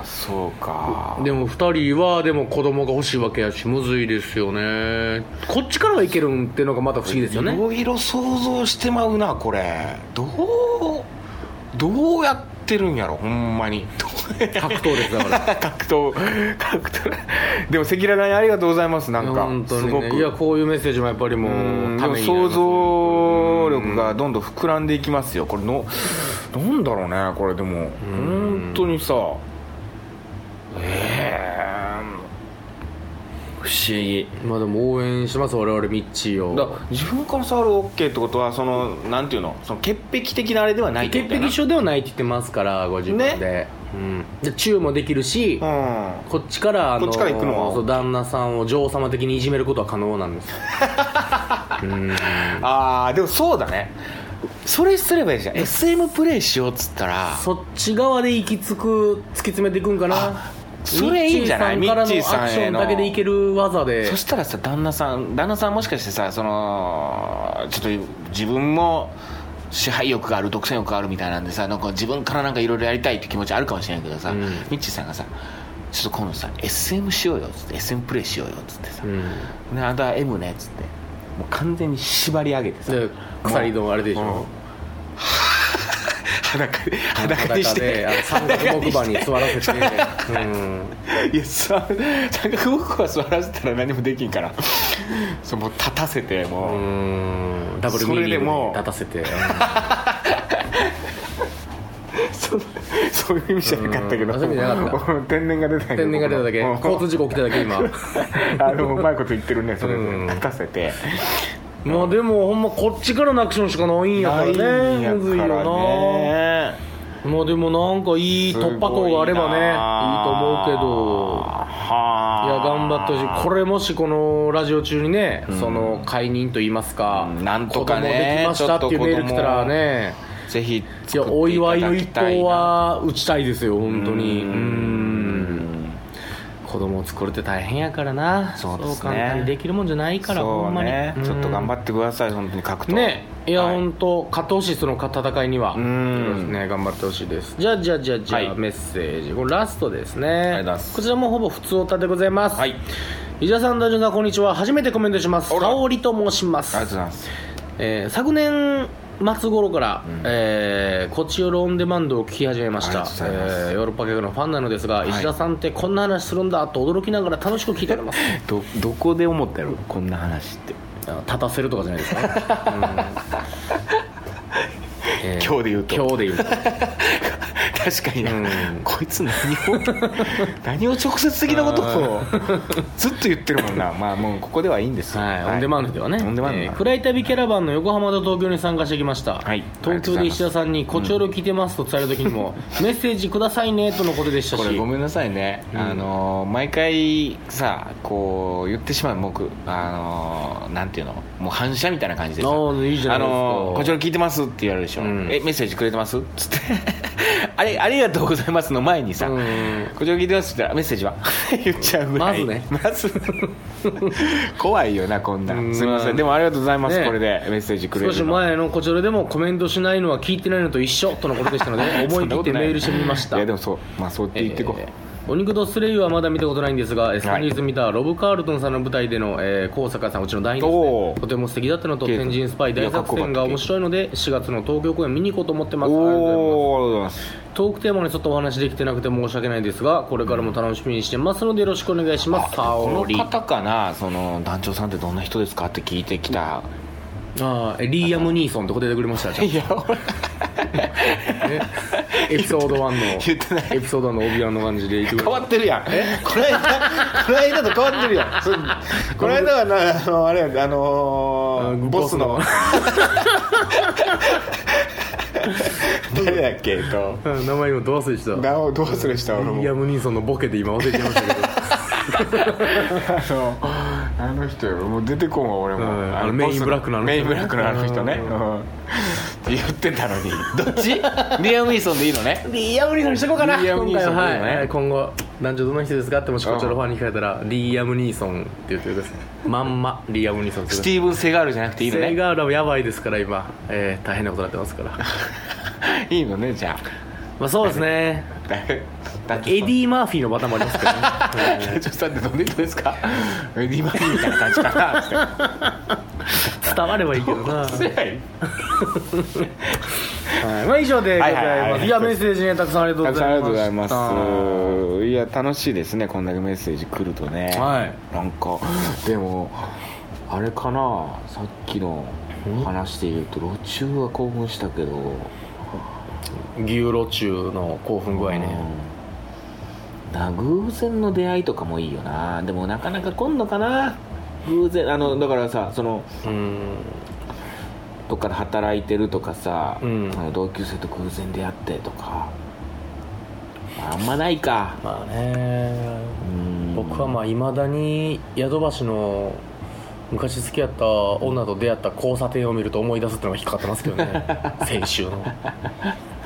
S2: そうか
S3: でも2人はでも子供が欲しいわけやしむずいですよねこっちからはいけるんってのがまた不思議ですよ
S2: い
S3: ね
S2: ろいろ想像してまうなこれどうどうやっってるんやろほんまに
S3: 格闘ですだから
S2: 格闘格闘でも赤裸々にありがとうございますなんか
S3: 本当
S2: す
S3: に、
S2: ご
S3: ね、
S2: く
S3: いやこういうメッセージもやっぱりも
S2: うん
S3: う
S2: で
S3: た
S2: も
S3: めになり
S2: 想
S3: ます
S2: 像力がどんどん膨らんでいきますよこれのなんだろうねこれでも本当にさええ不思議
S3: まあでも応援します我々ミッチー
S2: だ
S3: を
S2: 自分から触る OK ってことはそのなんていうのその潔癖的なあれではないって
S3: 潔
S2: ことや
S3: 癖症ではないって言ってますからご自分で、うん、でチューもできるし、
S2: な
S3: こっちからあの
S2: こっちから行くの
S3: そう旦那さんを女王様的にいじめることは可能なんですようん
S2: うんああでもそうだねそれすればいいじゃん SM プレイしようっつったら
S3: そっち側で行き着く突き詰めていくんかな
S2: それいいんじゃない
S3: ミッチ
S2: ミッチ
S3: ー
S2: ー
S3: さんからの
S2: さんへの
S3: アクションだけでいける技で
S2: そしたらさ旦那さん旦那さんもしかしてさそのちょっと自分も支配欲がある独占欲があるみたいなんでさなんか自分からなんかいろいろやりたいって気持ちあるかもしれないけどさ、
S3: うん
S2: ミッチーさんがさちょっと今度さ SM しようよっつって SM プレイしようよっつってさ、
S3: うん
S2: ね、あんた M ねっつってもう完全に縛り上げてさ
S3: で鎖のあれでし
S2: うん
S3: ょ
S2: 裸で裸
S3: 裸
S2: にし
S3: で
S2: て
S3: あの三角木馬に座らせてうん
S2: いやさ三角僕は座らせたら何もできんからそうもう立たせてもう、
S3: うんダブルミーニングに立たせてうん
S2: そそういう意味じゃなかったけど、
S3: うんそういう意味じゃなかっ
S2: 天然が出たけど
S3: 天然が出ただけ
S2: うん
S3: 交通事故起きただけ今
S2: あのうまいこと言ってるねそれで
S3: うん
S2: 立たせて
S3: まあでもほんまこっちからのアクションしかないんやから
S2: ないん
S3: ね
S2: や
S3: むずい
S2: から
S3: よな
S2: ね
S3: まあでもなんかいい突破口があればねいいと思うけどいや
S2: はあ
S3: 頑張ってほしいこれもしこのラジオ中にね、その解任と言いますか、
S2: うんなんとかね
S3: 子供できましたっていうメール来たらね
S2: ぜひ
S3: いや
S2: 作っ
S3: お
S2: てた
S3: 祝
S2: だ
S3: いの
S2: き
S3: 一
S2: たいな
S3: 投は打ちたいですよ本当に
S2: う
S3: うんん子供を作るって大変やからな
S2: そうですね
S3: 簡単にできるもんじゃないから、ほ
S2: そうん
S3: まに
S2: ねちょっと頑張ってください本当に格闘
S3: ねいや、
S2: はい
S3: 本当勝ってほしいその戦いに
S2: ん
S3: はそうですね頑張ってほしいですじゃあじゃあじゃあじゃあ、
S2: はい
S3: メッセージこれラストです
S2: り
S3: ね
S2: がとうございます
S3: こちらもほぼ普通おたでございます
S2: はい
S3: 伊沢さん大丈夫さんこんにちは初めてコメントします
S2: あら
S3: 沙織と申します
S2: ありがとうございます
S3: えー昨年末頃から、えーこちよろオンデマンドを聞き始めまし
S2: あ
S3: た
S2: りがとうございます
S3: えーヨーロッパ客のファンなのですが、
S2: い
S3: 石田さんってこんな話するんだと驚きながら楽しく聞いてお ります
S2: どどこで思ったやろこんな話って
S3: あ立たせるとかじゃないですか、ね うんえー
S2: 今日で言うと
S3: 今日で言うと
S2: 確かにな、
S3: うん
S2: こいつ何を何を直接的なことをずっと言ってるもんなまあもうここではいいんですよ
S3: はい、オンデマンドではね、
S2: オンデマンド
S3: え
S2: な
S3: ー暗い旅キャラバンの横浜と東京に参加してきました、
S2: はい
S3: 東京で石田さんに「こちょろ聞いてます」と伝える時にも「メッセージくださいね」とのことでしたし
S2: これごめんなさいね、
S3: うん
S2: あのー毎回さこう言ってしまう僕あのーなんていうのもう反射みたいな感じでさ
S3: あーいいじゃないです
S2: あ
S3: か
S2: のーこちら聞いてます」って言われるでしょ「
S3: うん
S2: えメッセージくれてます?」っつって 「あれありがとうございます」の前にさ、
S3: うん
S2: こちら聞いてますって言ったらメッセージは 言っちゃうぐらい
S3: まずね
S2: まず 怖いよなこんな
S3: うん
S2: んすみませんでもありがとうございます、
S3: ね
S2: これでメッセージくれる
S3: 少
S2: の
S3: し前のこちらでもコメントしないのは聞いてないのと一緒とのことでしたので 思い切ってメールしてみまし
S2: そ
S3: た
S2: んなことないいやでもそうまあそうやって言ってこう、
S3: えーお肉とスレイはまだ見たことないんですが、スニーズ見たロブ・カールトンさんの舞台での、えー、高坂さん、うちの大員ですね
S2: おー
S3: とても素敵だったのと、
S2: ケイト
S3: 天神スパイ大作戦が面白いので、4月の東京公演見に行こうと思ってます。ありがとうございます
S2: おおありがとうございます
S3: トークテーマにちょっとお話できてなくて申し訳ないですが、これからも楽しみにしてますのでよろしくお願いします。沙
S2: こ
S3: 織。
S2: の
S3: あ
S2: 方かなその団長さんってどんな人ですかって聞いてきた
S3: あー、リーアム・ニーソンってこと出てくれ ました、ちゃんと
S2: いや俺
S3: ねエピソード1の、
S2: 言ってない
S3: エピソード1のオビアンの感じで言ってく
S2: 変
S3: れ
S2: わってるやんこの間この間と変わってるやんそこの間はなあのあれやあの
S3: あ
S2: ー、ボ
S3: ボ
S2: ス
S3: ス
S2: の
S3: の
S2: 誰だっけえっと
S3: うん名前今どう忘れした
S2: 名をどうするした俺
S3: リ
S2: も
S3: ーアム・ニーソンのボケで今忘れちゃいましたけど
S2: あのあの人よもう出てこんわ俺も、
S3: うん
S2: あ
S3: あ
S2: の
S3: の
S2: ボス
S3: メインブラックのあの人
S2: メインブラックのあの人ね、うんって言ってたのに どっちリアム・ウィンソンでいいのね
S3: リーアム・ニーソンしとこうか
S2: な
S3: 今
S2: リ
S3: 回は、
S2: ーアムニーソンでいいよね
S3: はいはい、今後男女どの人ですかってもしこちらのファンに聞かれたらリーアム・ニーソンって言ってくださいまんまリーアム・ニーソンって
S2: ス
S3: 言ってください
S2: ティーブン・セガールじゃなくていいの
S3: セ
S2: ね
S3: ガールはやばいですから今、えー大変なことになってますから
S2: いいのねじゃ
S3: まあそうです ね
S2: あ誰
S3: エディ・マーフィーのバターもありますけどね
S2: 団長さんってどんな人ですかエディ・マリーみたいな感じかなって
S3: 伝わればいいけどな
S2: せやい
S3: はい、まあ以上でございます、
S2: はいいはいはい
S3: やメッセージねたくさんありがとう
S2: た
S3: ご
S2: くさんあ
S3: ざ
S2: りがとう
S3: いま
S2: ござい
S3: し
S2: ま
S3: た
S2: すいや楽しいですねこんだけメッセージ来るとね
S3: はい
S2: なんかでもあれかなさっきの話で言うと路中は興奮したけど、
S3: 牛路中の興奮具合ね
S2: うんな偶然の出会いとかもいいよなでもなかなか来んのかな偶然あのだからさその
S3: うん
S2: どっかで働いてるとかさ、
S3: うん
S2: あの同級生と偶然出会ってとかあんまないか
S3: まあね
S2: うん
S3: 僕はまあいまだに宿橋の昔好きやった女と出会った交差点を見ると思い出すっていうのが引っかかってますけどね 先週の
S2: 交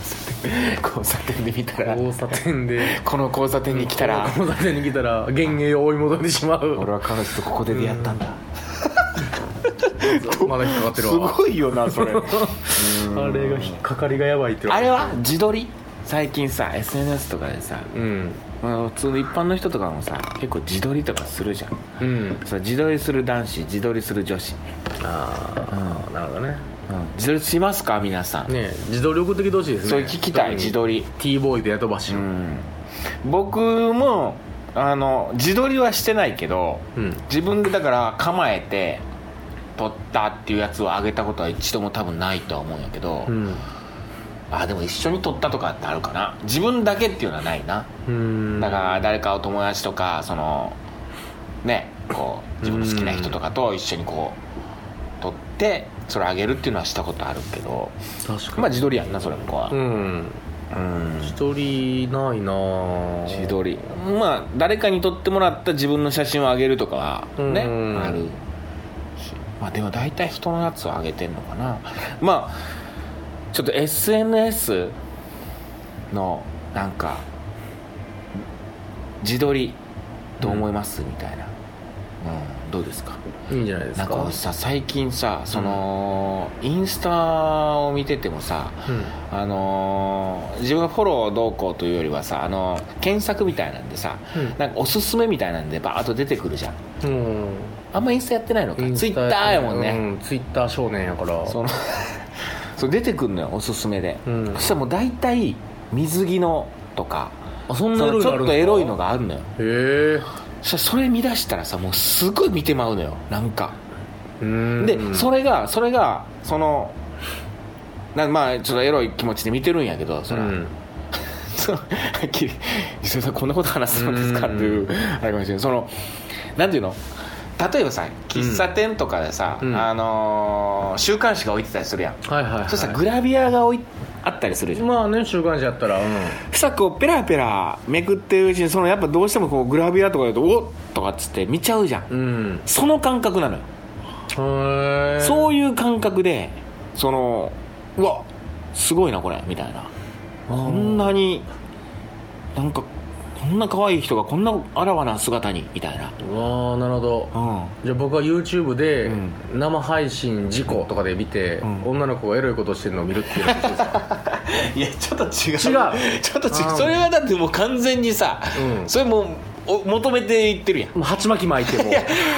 S2: 差点 交差点で見たら
S3: 交差点で
S2: この交差点に来たら
S3: 交差点に来たら幻影を追い戻ってしま
S2: 俺
S3: う
S2: は彼女とここで出会ったんだ
S3: まだ引っかかってるわ
S2: いよなそれ
S3: あれが引っかかりがやばいっていうのが
S2: あれは自撮り最近さ SNS とかでさ、
S3: うん
S2: まあ、普通の一般の人とかもさ結構自撮りとかするじゃん
S3: うん
S2: そう自撮りする男子自撮りする女子、
S3: ああなるほどね
S2: うん、自撮りしますか皆さん、
S3: ねえ自撮り送ってきてほしいですね
S2: それ聞きたい自撮り
S3: T ボーイとヤトバシ
S2: う
S3: の
S2: ん僕もあの自撮りはしてないけど、
S3: うん
S2: 自分でだから構えて撮ったっていうやつを上げたことは一度も多分ないとは思うんやけど、
S3: うん
S2: あでも一緒に撮ったとかってあるかな自分だけっていうのはないな、
S3: うん
S2: だから誰かお友達とかそのねこう自分の好きな人とかと一緒にこう撮ってそれ上げるっていうのはしたことあるけど
S3: 確か
S2: まあ自撮りやんなそれもこは、
S3: にうん
S2: うん
S3: 自撮りないなぁ
S2: 自撮りまあ誰かに撮ってもらった自分の写真をあげるとかはね、
S3: うん
S2: あるしまあでも大体人のやつをあげてんのかなまあちょっと SNS のなんか自撮りどう思います、みたいな、うん、どうですか
S3: いいんじゃないです
S2: な
S3: か
S2: んかさ最近さその、インスタを見ててもさ、
S3: うん
S2: あのー自分がフォローどうこうというよりはさ、あのー検索みたいなんでさ、
S3: うん
S2: なんかおすすめみたいなんでバーッと出てくるじゃん
S3: うん
S2: あんまインスタやってないのかツイッターやもんね、
S3: うんツイッター少年やから
S2: その そう出てくるのよおすすめで、
S3: うん
S2: そしたらもう大体水着のとか
S3: あそ
S2: そ
S3: んな
S2: の
S3: 色
S2: ち
S3: 々
S2: ょ
S3: ある
S2: っと
S3: んだ
S2: エロいのがあるのよ
S3: へ
S2: そしたらそれ見出したらさもうすごい見てまうのよなんか
S3: えうん
S2: で、それがそれがそのなまあちょっとエロい気持ちで見てるんやけどそれは、
S3: うん
S2: そのはっ きり「石田さんこんなこと話すんですか?」っ
S3: う
S2: て
S3: ん
S2: いうあれかもしれないそのなんていうの例えばさ喫茶店とかでさ、
S3: うん
S2: あのー週刊誌が置いてたりするやん、
S3: はいはいはい
S2: そしたらグラビアが置いあったりするじゃん
S3: まあね週刊誌やったらうん
S2: そしたらこうペラペラめくってるうちにそのやっぱどうしてもこうグラビアとかだと「おっ!」とかっつって見ちゃうじゃん、
S3: うんへ
S2: その感覚なのよ
S3: え
S2: そういう感覚でそのうわすごいなこれみたいなこんなになんかこんな可愛い人がこんなあらわな姿にみたいな
S3: うわあなるほど
S2: うん
S3: じゃあ僕は YouTube で
S2: ん
S3: 生配信事故とかで見て、
S2: ん
S3: 女の子がエロいことしてるのを見る っていうのはどうですか
S2: いやちょっと違う
S3: 違う
S2: ちょっと違う
S3: あー
S2: それはだってもう完全にさ、
S3: うん
S2: それもうお求めていってるやん
S3: もう鉢巻き巻いても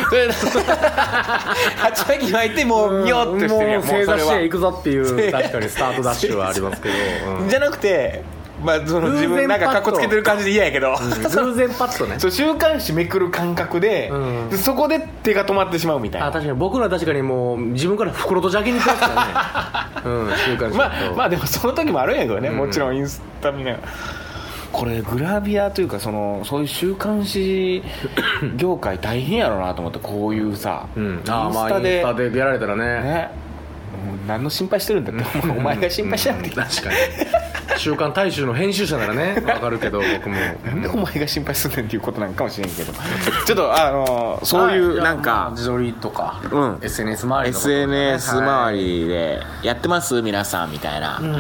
S2: それ 鉢巻き巻いてもう見ようってしてるやん
S3: もう正
S2: そ
S3: 座
S2: れ
S3: し
S2: は
S3: ていくぞって いう
S2: 正座
S3: 確かにスタートダッシュはありますけど、 うん
S2: じゃなくてまあその
S3: 偶然
S2: 自分なんか
S3: パッ
S2: か
S3: と
S2: っこつけてる感じで嫌やけど、
S3: 偶然パッとね
S2: そう週刊誌めくる感覚で,で、
S3: うん
S2: そこで手が止まってしまうみたい
S3: あ
S2: な
S3: 確かに僕らは確かにもう自分から袋とジャケに行ってます からねうん週刊誌
S2: まあまあでもその時もあるんやけどね、
S3: うん
S2: もちろんインスタ見ながらこれグラビアというかそのそういう週刊 誌業界大変やろうなと思ってこういうさ、
S3: うん、あ
S2: イン
S3: ま
S2: ス
S3: あイ
S2: タ
S3: ンス
S2: で、
S3: タでやられたらね
S2: ねもう何の心配してるんだって、お前が心配しなくていい、
S3: 確かに週刊大衆の編集者ならねわかるけど僕 も
S2: なんでお前が心配するねんっていうことなんかもしれんけどちょっとあのそうい
S3: は
S2: う
S3: じゃあ
S2: なん
S3: まあ
S2: か
S3: 自撮りとか、
S2: うん
S3: SNS 周りのことね
S2: SNS 周
S3: はい
S2: りでやってます皆さんみたいな、うん、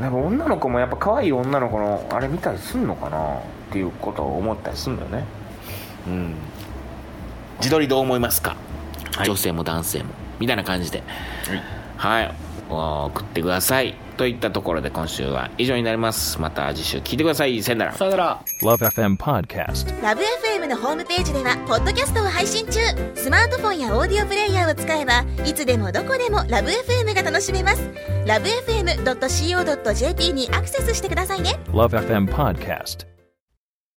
S2: なんか女の子もやっぱ可愛い女の子のあれ見たりすんのかなっていうことを思ったりすんのよね、うん、自撮りどう思いますか、女性も男性もみたいな感じではい、お送ってくださいといったところで今週は以上になりますまた次週聞いてくださいさよなら
S3: さよなら
S4: Love FM Podcast.
S5: ラブ f m のホームページではポッドキャストを配信中スマートフォンやオーディオプレイヤーを使えばいつでもどこでもラブ f m が楽しめますラブ FM.co.jp にアクセスしてくださいね
S4: Love FM Podcast.